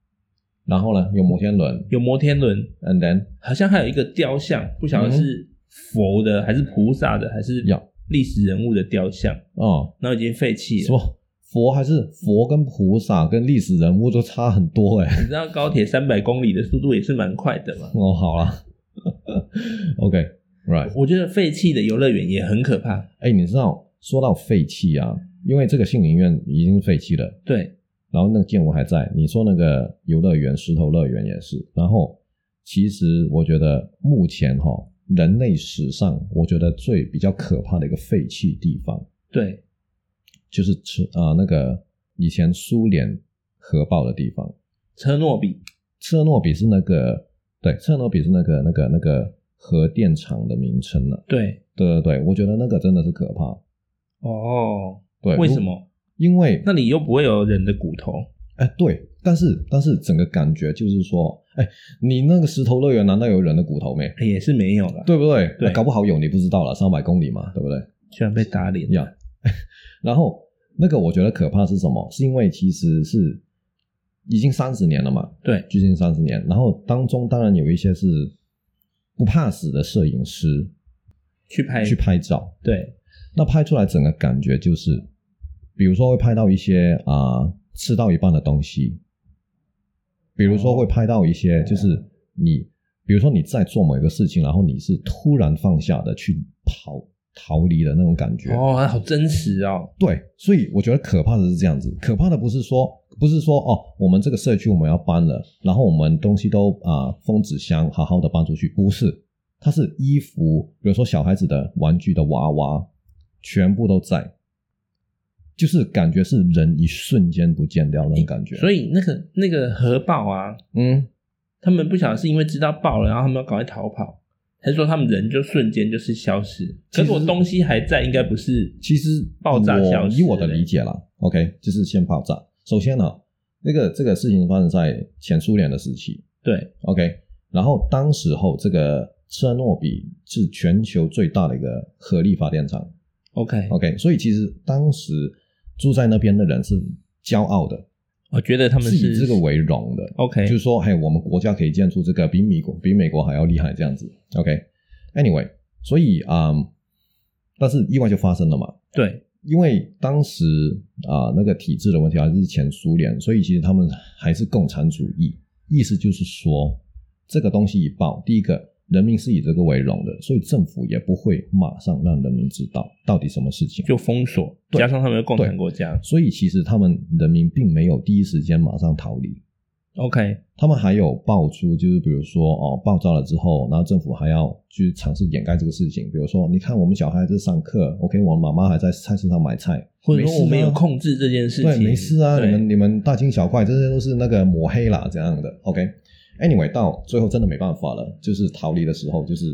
Speaker 2: 然后呢，有摩天轮
Speaker 1: 有摩天轮，
Speaker 2: ，and then
Speaker 1: 好像还有一个雕像，不晓得是佛的、还是菩萨的还是
Speaker 2: 嗯有
Speaker 1: 历史人物的雕像，
Speaker 2: 哦，
Speaker 1: 然后已经废弃
Speaker 2: 什
Speaker 1: 了。
Speaker 2: 么佛还是佛跟菩萨跟历史人物都差很多哎、
Speaker 1: 你知道高铁三百公里的速度也是蛮快的嘛？
Speaker 2: 哦，好啦 o k right，
Speaker 1: 我觉得废弃的游乐园也很可怕。
Speaker 2: 哎、你知道说到废弃啊，因为这个杏林院已经废弃了，
Speaker 1: 对，
Speaker 2: 然后那个建物还在。你说那个游乐园石头乐园也是，然后其实我觉得目前哈、人类史上我觉得最比较可怕的一个废弃地方，
Speaker 1: 对，
Speaker 2: 就是吃啊、那个以前苏联核爆的地方。
Speaker 1: 车诺比，
Speaker 2: 车诺比是那个对，车诺比是那个那个那个核电厂的名称了、
Speaker 1: 对，
Speaker 2: 对对对，我觉得那个真的是可怕。
Speaker 1: 哦，
Speaker 2: 对，
Speaker 1: 为
Speaker 2: 如
Speaker 1: 什？么？
Speaker 2: 因为
Speaker 1: 那里又不会有人的骨头，
Speaker 2: 哎，对，但是但是整个感觉就是说，哎，你那个石头乐园难道有人的骨头没？
Speaker 1: 也是没有啦，
Speaker 2: 对不对？
Speaker 1: 对
Speaker 2: 搞不好有你不知道了，三百公里嘛，对不对？
Speaker 1: 居然被打脸，
Speaker 2: 呀、然后那个我觉得可怕是什么？是因为其实是已经三十年了嘛，
Speaker 1: 对，
Speaker 2: 距今三十年，然后当中当然有一些是不怕死的摄影师
Speaker 1: 去拍，
Speaker 2: 去拍照，
Speaker 1: 对，
Speaker 2: 那拍出来整个感觉就是，比如说会拍到一些啊、吃到一半的东西，比如说会拍到一些就是你，比如说你在做某一个事情，然后你是突然放下的去跑逃离的那种感觉。
Speaker 1: 哦，好真实哦，
Speaker 2: 对，所以我觉得可怕的是这样子，可怕的不是说不是说哦，我们这个社区我们要搬了，然后我们东西都啊、封纸箱好好的搬出去，不是，它是衣服，比如说小孩子的玩具的娃娃，全部都在，就是感觉是人一瞬间不见掉那种感觉。
Speaker 1: 所
Speaker 2: 以，
Speaker 1: 以那个那个核爆啊，
Speaker 2: 嗯，
Speaker 1: 他们不晓得是因为知道爆了，然后他们要赶快逃跑，还是说他们人就瞬间就是消失？
Speaker 2: 其实
Speaker 1: 可是我东西还在，应该不是
Speaker 2: 其实
Speaker 1: 爆炸
Speaker 2: 我
Speaker 1: 消失
Speaker 2: 以我的
Speaker 1: 嘞
Speaker 2: 理解啦，OK，就是先爆炸。首先呢、那个这个事情发生在前苏联的时期，
Speaker 1: 对
Speaker 2: OK，然后当时候这个车诺比是全球最大的一个核力发电厂。
Speaker 1: OK，
Speaker 2: OK，所以其实当时住在那边的人是骄傲的，
Speaker 1: 我觉得他们
Speaker 2: 是
Speaker 1: 是
Speaker 2: 以
Speaker 1: 哎
Speaker 2: 这个为荣的。
Speaker 1: OK，
Speaker 2: 就是说，嘿，我们国家可以建出这个比美国比美国还要厉害这样子。OK，Anyway，、所以啊、嗯但是意外就发生了嘛。
Speaker 1: 对
Speaker 2: 因为当时啊、那个体制的问题还是前苏联，所以其实他们还是共产主义。意思就是说，这个东西一爆，第一个人民是以这个为荣的，所以政府也不会马上让人民知道到底什么事情。
Speaker 1: 就封锁，
Speaker 2: 对
Speaker 1: 加上他们的共产国家
Speaker 2: 所以其实他们人民并没有第一时间马上逃离，
Speaker 1: OK，
Speaker 2: 他们还有爆出，就是比如说哦，爆炸了之后，然后政府还要去尝试掩盖这个事情。比如说，你看我们小孩还在上课，OK，我妈妈还在菜市场买菜，
Speaker 1: 或者
Speaker 2: 没
Speaker 1: 说
Speaker 2: 事
Speaker 1: 我们有
Speaker 2: 啊
Speaker 1: 控制这件事情，
Speaker 2: 对，没事啊，
Speaker 1: 对
Speaker 2: 你们你们大惊小怪，这些都是那个抹黑啦，这样的。OK，Anyway，、到最后真的没办法了，就是逃离的时候，就是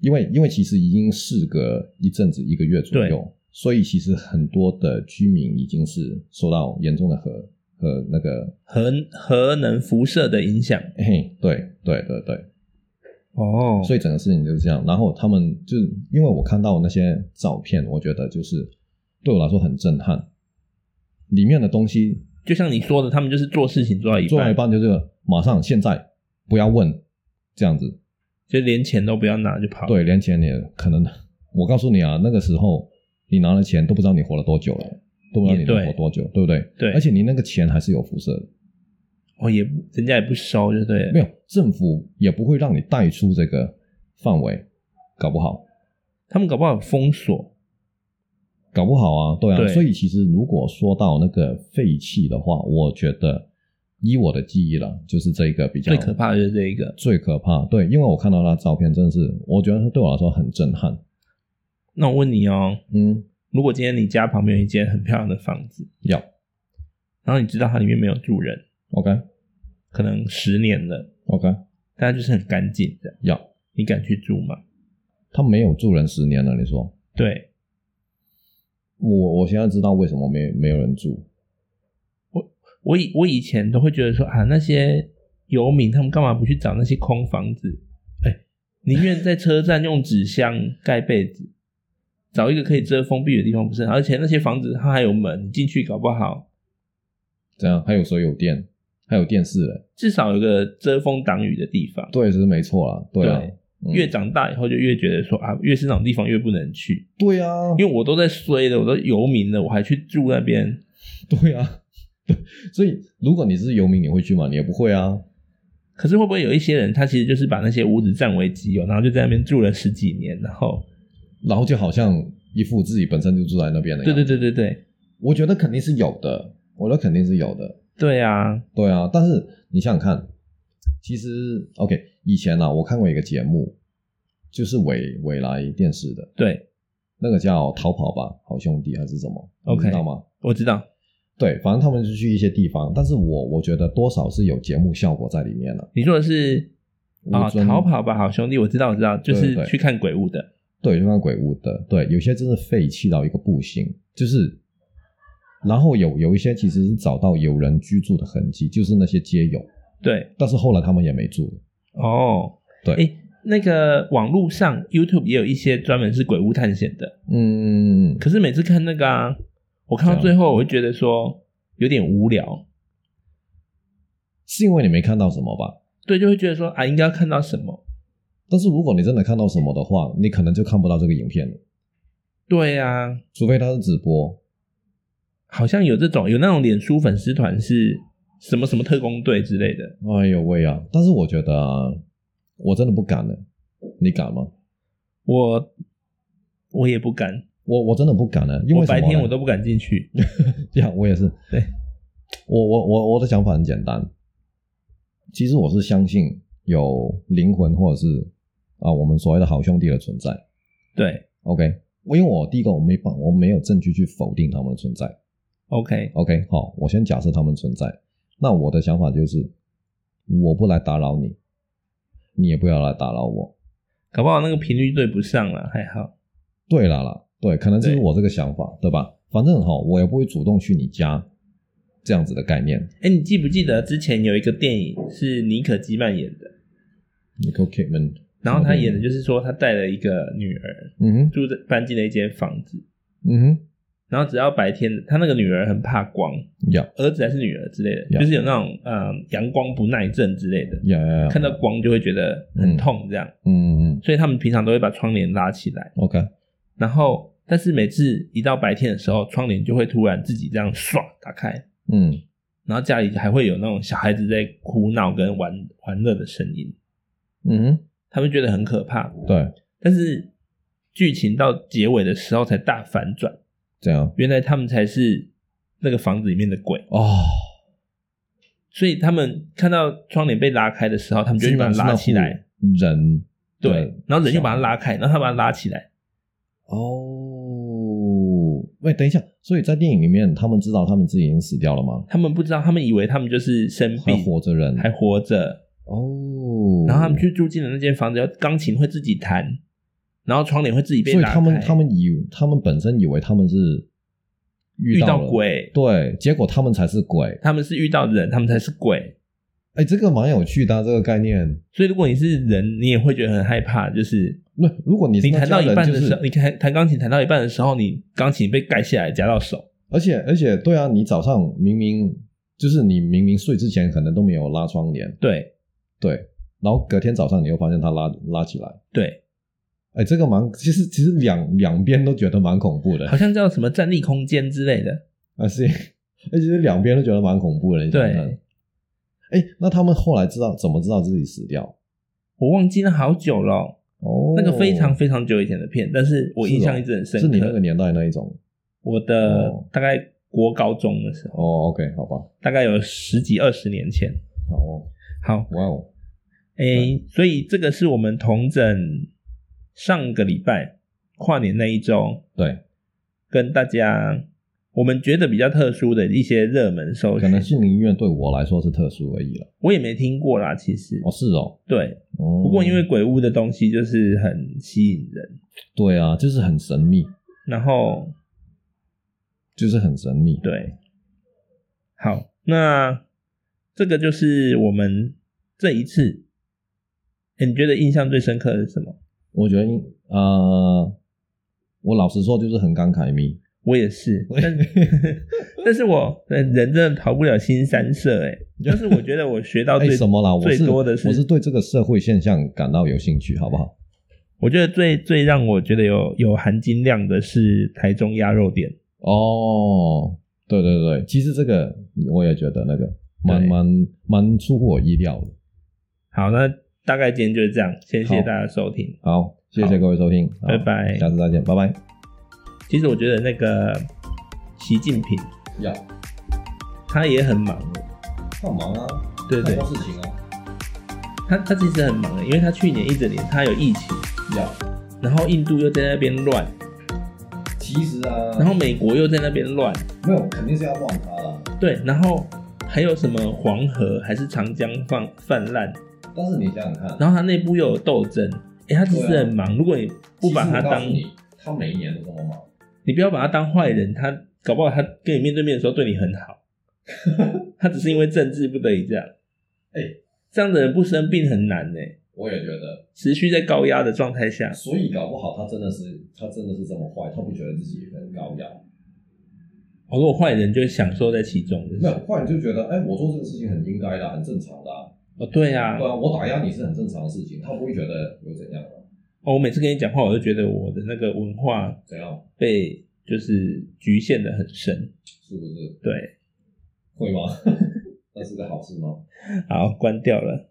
Speaker 2: 因为因为其实已经事隔一阵子，一个月左右，所以其实很多的居民已经是受到严重的核和那个
Speaker 1: 核核能辐射的影响
Speaker 2: 嘿，对对对对，
Speaker 1: 哦，
Speaker 2: 所
Speaker 1: 以
Speaker 2: 以整个事情就是这样。然后他们就是因为我看到那些照片，我觉得就是对我来说很震撼，里面的东西
Speaker 1: 就像你说的，他们就是做事情做到一
Speaker 2: 做到一
Speaker 1: 半，
Speaker 2: 半就是马上现在不要问这样子，
Speaker 1: 就连钱都不要拿就跑，，
Speaker 2: 对，连钱也可能，我告诉你啊，那个时候你拿了钱都不知道你活了多久了，都不知道你
Speaker 1: 也对
Speaker 2: 能活多久，对不对？
Speaker 1: 对
Speaker 2: 而且你那个钱还是有辐射的，
Speaker 1: 哦也不人家也不收，就对了，
Speaker 2: 没有政府也不会让你带出这个范围，搞不好，
Speaker 1: 他们搞不好有封锁，
Speaker 2: 搞不好啊，对啊，
Speaker 1: 对
Speaker 2: 所以其实如果说到那个废弃的话，我觉得依我的记忆了，就是这个比较
Speaker 1: 最可怕的就是这一个。
Speaker 2: 最可怕，对，因为我看到他的照片，真的是，我觉得他对我来说很震撼。
Speaker 1: 那我问你哦，
Speaker 2: 嗯，
Speaker 1: 如果今天你家旁边有一间很漂亮的房子，
Speaker 2: 要
Speaker 1: 然后你知道它里面没有住人，
Speaker 2: ，OK
Speaker 1: 可能十年了，
Speaker 2: OK，
Speaker 1: 但它就是很干净的，
Speaker 2: 要，
Speaker 1: 你敢去住吗？
Speaker 2: 他没有住人十年了，你说，
Speaker 1: 对，
Speaker 2: 我我现在知道为什么没没有人住，
Speaker 1: 我以我以前都会觉得说啊，那些游民他们干嘛不去找那些空房子？
Speaker 2: 哎
Speaker 1: 宁愿在车站用纸箱盖被子，找一个可以遮风避雨的地方，不是很好？而且那些房子它还有门，你进去搞不好
Speaker 2: 怎样？还有水有电，还有电视了，
Speaker 1: 至少有个遮风挡雨的地方。
Speaker 2: 对，是没错啦，对啊，嗯
Speaker 1: 越长大以后就越觉得说啊，越是那种地方越不能去。
Speaker 2: 对啊，
Speaker 1: 因为我都在衰了，我都游民了，我还去住那边，
Speaker 2: 对啊， 对，所以如果你是游民，你会去吗？你也不会啊，
Speaker 1: 可是会不会有一些人，他其实就是把那些屋子占为己有，然后就在那边住了十几年，然后
Speaker 2: 然后就好像一副自己本身就住在那边的，
Speaker 1: 对对，对对对
Speaker 2: 我觉得肯定是有的，我觉得肯定是有的，
Speaker 1: 对啊，
Speaker 2: 对啊，但是你想想看，其实 OK，以前啊，我看过一个节目，就是伟伟来电视的
Speaker 1: 对，
Speaker 2: 那个叫逃跑吧好兄弟还是什么你
Speaker 1: OK
Speaker 2: 知道吗？
Speaker 1: 我知道，
Speaker 2: 对，反正他们就去一些地方，但是我我觉得多少是有节目效果在里面了。
Speaker 1: 你说的是啊，
Speaker 2: 吴尊
Speaker 1: 逃跑吧，好兄弟，我知道，我知道，就
Speaker 2: 对
Speaker 1: 是
Speaker 2: 对
Speaker 1: 去看鬼屋的，
Speaker 2: 对，就像鬼屋的，对，有些真是废弃到一个不行，就是，然后有有一些其实是找到有人居住的痕迹，就是那些街友，
Speaker 1: 对，
Speaker 2: 但是后来他们也没住了。
Speaker 1: 哦，
Speaker 2: 对
Speaker 1: 诶，那个网络上 YouTube 也有一些专门是鬼屋探险的，
Speaker 2: 嗯，
Speaker 1: 可是每次看那个啊，我看到
Speaker 2: 这
Speaker 1: 最后，我会觉得说有点无聊，
Speaker 2: 是因为你没看到什么吧？
Speaker 1: 对，就会觉得说啊，应该要看到什么？
Speaker 2: 但是如果你真的看到什么的话，你可能就看不到这个影片了，
Speaker 1: 对呀，
Speaker 2: 除非它是直播。
Speaker 1: 好像有这种有那种脸书粉丝团是什么什么特工队之类的，
Speaker 2: 哎呦喂啊！但是我觉得啊，我真的不敢了，你敢吗？
Speaker 1: 我我也不敢，
Speaker 2: 我我真的不敢了，因为
Speaker 1: 我白
Speaker 2: 什么呢
Speaker 1: 天我都不敢进 去。
Speaker 2: 这样，我也是。
Speaker 1: 对，
Speaker 2: 我我我我的想法很简单，其实我是相信有灵魂或者是啊我们所谓的好兄弟的存在。
Speaker 1: 对
Speaker 2: OK，因为我第一个我没办我没有证据去否定他们的存在。
Speaker 1: ，OK，
Speaker 2: OK，好，我先假设他们存在。那我的想法就是，我不来打扰你，你也不要来打扰我。
Speaker 1: 搞不好那个频率对不上了，还好。
Speaker 2: 对啦啦，对，可能这是
Speaker 1: 对
Speaker 2: 我这个想法，对吧？反正哈，我也不会主动去你家，这样子的概念。
Speaker 1: 哎、你记不记得之前有一个电影是妮可基曼演的，
Speaker 2: Nicole Kidman，
Speaker 1: 然后她
Speaker 2: 什么电影
Speaker 1: 演的就是说她带了一个女儿
Speaker 2: 嗯哼，
Speaker 1: 住在搬进了一间房子，
Speaker 2: 嗯哼。
Speaker 1: 然后只要白天，她那个女儿很怕光，
Speaker 2: 呀
Speaker 1: 儿子还是女儿之类的
Speaker 2: Yeah
Speaker 1: 就是有那种呃阳光不耐症之类的，
Speaker 2: 呀呀！
Speaker 1: 看到光就会觉得很痛这样，
Speaker 2: 嗯，嗯嗯
Speaker 1: 所以他们平常都会把窗帘拉起来，
Speaker 2: ，OK，
Speaker 1: 然后但是每次一到白天的时候，窗帘就会突然自己这样唰打开，
Speaker 2: 嗯，
Speaker 1: 然后家里还会有那种小孩子在哭闹跟玩玩乐的声音，
Speaker 2: 嗯
Speaker 1: 他们觉得很可怕。
Speaker 2: 哼，对，
Speaker 1: 但是剧情到结尾的时候才大反转，
Speaker 2: 这样
Speaker 1: 原来他们才是那个房子里面的鬼。
Speaker 2: 哦，
Speaker 1: 所以他们看到窗帘被拉开的时候，他们就去把它拉起来，
Speaker 2: 人，
Speaker 1: 对，然后人就把它
Speaker 2: 小
Speaker 1: 拉开，然后他把它拉起来，
Speaker 2: 哦，喂，等一下，所以在电影里面，他们知道他们自己已经死掉了吗？
Speaker 1: 他们不知道，他们以为他们就是生
Speaker 2: 还
Speaker 1: 病
Speaker 2: 活着人，
Speaker 1: 还活着，
Speaker 2: 哦，
Speaker 1: 然后他们去住进了那间房子，要钢琴会自己弹，然后窗帘会自己被
Speaker 2: 所以
Speaker 1: 拉开，
Speaker 2: 他们他们以他们本身以为他们是遇
Speaker 1: 遇到
Speaker 2: 了，
Speaker 1: 鬼，
Speaker 2: 对，结果他们才是鬼，
Speaker 1: 他们是遇到人，他们才是鬼。
Speaker 2: 哎，这个蛮有趣的啊这个概念。
Speaker 1: 所以如果你是人，你也会觉得很害怕。就是
Speaker 2: 那如果你是
Speaker 1: 你
Speaker 2: 那
Speaker 1: 弹
Speaker 2: 家
Speaker 1: 到一
Speaker 2: 人
Speaker 1: 半
Speaker 2: 就
Speaker 1: 的时
Speaker 2: 是
Speaker 1: 候，哎你弹弹钢琴弹到一半的时候，你钢琴被盖下来夹到手，
Speaker 2: 而且而且，对啊，你早上明明就是你明明睡之前可能都没有拉窗帘，
Speaker 1: 对
Speaker 2: 对，然后隔天早上你又发现它拉拉起来，
Speaker 1: 对，
Speaker 2: 哎，这个蛮其实其实两两边都觉得蛮恐怖的， 啊
Speaker 1: 好像叫什么站立空间之类的。
Speaker 2: 而且而且哎两边都觉得蛮恐怖的，你想想看
Speaker 1: 对，
Speaker 2: 哎，那他们后来知道怎么知道自己死掉？
Speaker 1: 我忘记了好久了哦、
Speaker 2: 哦，
Speaker 1: 那个非常非常久以前的片，但是我印象一直很深刻。
Speaker 2: 是你那个年代那一种
Speaker 1: 我的
Speaker 2: 哦
Speaker 1: 大概国高中的时候，
Speaker 2: 哦，OK，好吧，
Speaker 1: 大概有十几二十年前。
Speaker 2: 好哦，
Speaker 1: 好，
Speaker 2: 哇哦，嗯
Speaker 1: 诶，所以这个是我们同整上个礼拜跨年那一周
Speaker 2: 对，
Speaker 1: 跟大家我们觉得比较特殊的一些热门搜
Speaker 2: 可
Speaker 1: 寻，
Speaker 2: 能心灵医院对我来说是特殊而已了。
Speaker 1: 我也没听过啦。其实、
Speaker 2: 哦，是哦，
Speaker 1: 对，
Speaker 2: 哦，
Speaker 1: 不过因为鬼屋的东西就是很吸引人，
Speaker 2: 对啊，就是很神秘，
Speaker 1: 然后
Speaker 2: 就是很神秘。
Speaker 1: 对，好，那这个就是我们这一次。诶你觉得印象最深刻的是什么？
Speaker 2: 我觉得应，呃，我老实说，就是很感慨咪。
Speaker 1: 我也是，但但是我呃人真的逃不了新三社 哎、但是我觉得我学到
Speaker 2: 哎，
Speaker 1: 最
Speaker 2: 什么啦？我
Speaker 1: 最
Speaker 2: 是
Speaker 1: 多的是
Speaker 2: 我是对这个社会现象感到有兴趣，好不好？
Speaker 1: 我觉得最最让我觉得有有含金量的是台中鸭肉店，
Speaker 2: 哦，对对对，其实这个我也觉得那个蛮
Speaker 1: 对
Speaker 2: 蛮蛮出乎我意料的。
Speaker 1: 好，那大概今天就是这样，先谢谢大家收听。
Speaker 2: 好，谢谢
Speaker 1: 好
Speaker 2: 各位收听，好
Speaker 1: 拜拜
Speaker 2: 下次再见，拜拜。
Speaker 1: 其实我觉得那个习近平
Speaker 2: 呀，
Speaker 1: 他也很忙，
Speaker 2: 很忙啊，
Speaker 1: 对对
Speaker 2: 很多事情啊。
Speaker 1: 他他其实很忙的，因为他去年一整年他有疫情，
Speaker 2: 要。
Speaker 1: 然后印度又在那边乱，
Speaker 2: 其实啊，
Speaker 1: 然后美国又在那边乱，
Speaker 2: 没有，肯定是要乱它了。
Speaker 1: 对，然后还有什么黄河还是长江泛泛滥，
Speaker 2: 但是你想想看，
Speaker 1: 然后它内部又有斗争，哎、他其实很忙。如果你不把他
Speaker 2: 啊其实我告
Speaker 1: 当
Speaker 2: 诉，你，他每一年都这么忙。
Speaker 1: 你不要把他当坏人，他搞不好他跟你面对面的时候对你很 好，他只是因为政治不得已这样。
Speaker 2: 哎
Speaker 1: 这样的人不生病很难呢、
Speaker 2: 我也觉得，
Speaker 1: 持续在高压的状态下，
Speaker 2: 所以搞不好他真的是他真的是这么坏，他不觉得自己很高雅。
Speaker 1: 如果坏人就会享受在其中，就是
Speaker 2: 没有坏人就觉得，哎，我做这个事情很应该的，很正常的、啊。
Speaker 1: 哦，对啊
Speaker 2: 对，啊，我打压你是很正常的事情，他不会觉得有怎样啊的、
Speaker 1: 哦，我每次跟你讲话，我都觉得我的那个文化
Speaker 2: 怎样
Speaker 1: 被就是局限的很深。
Speaker 2: 是不是？
Speaker 1: 对，
Speaker 2: 会吗？那是个好事吗？
Speaker 1: 好，关掉了。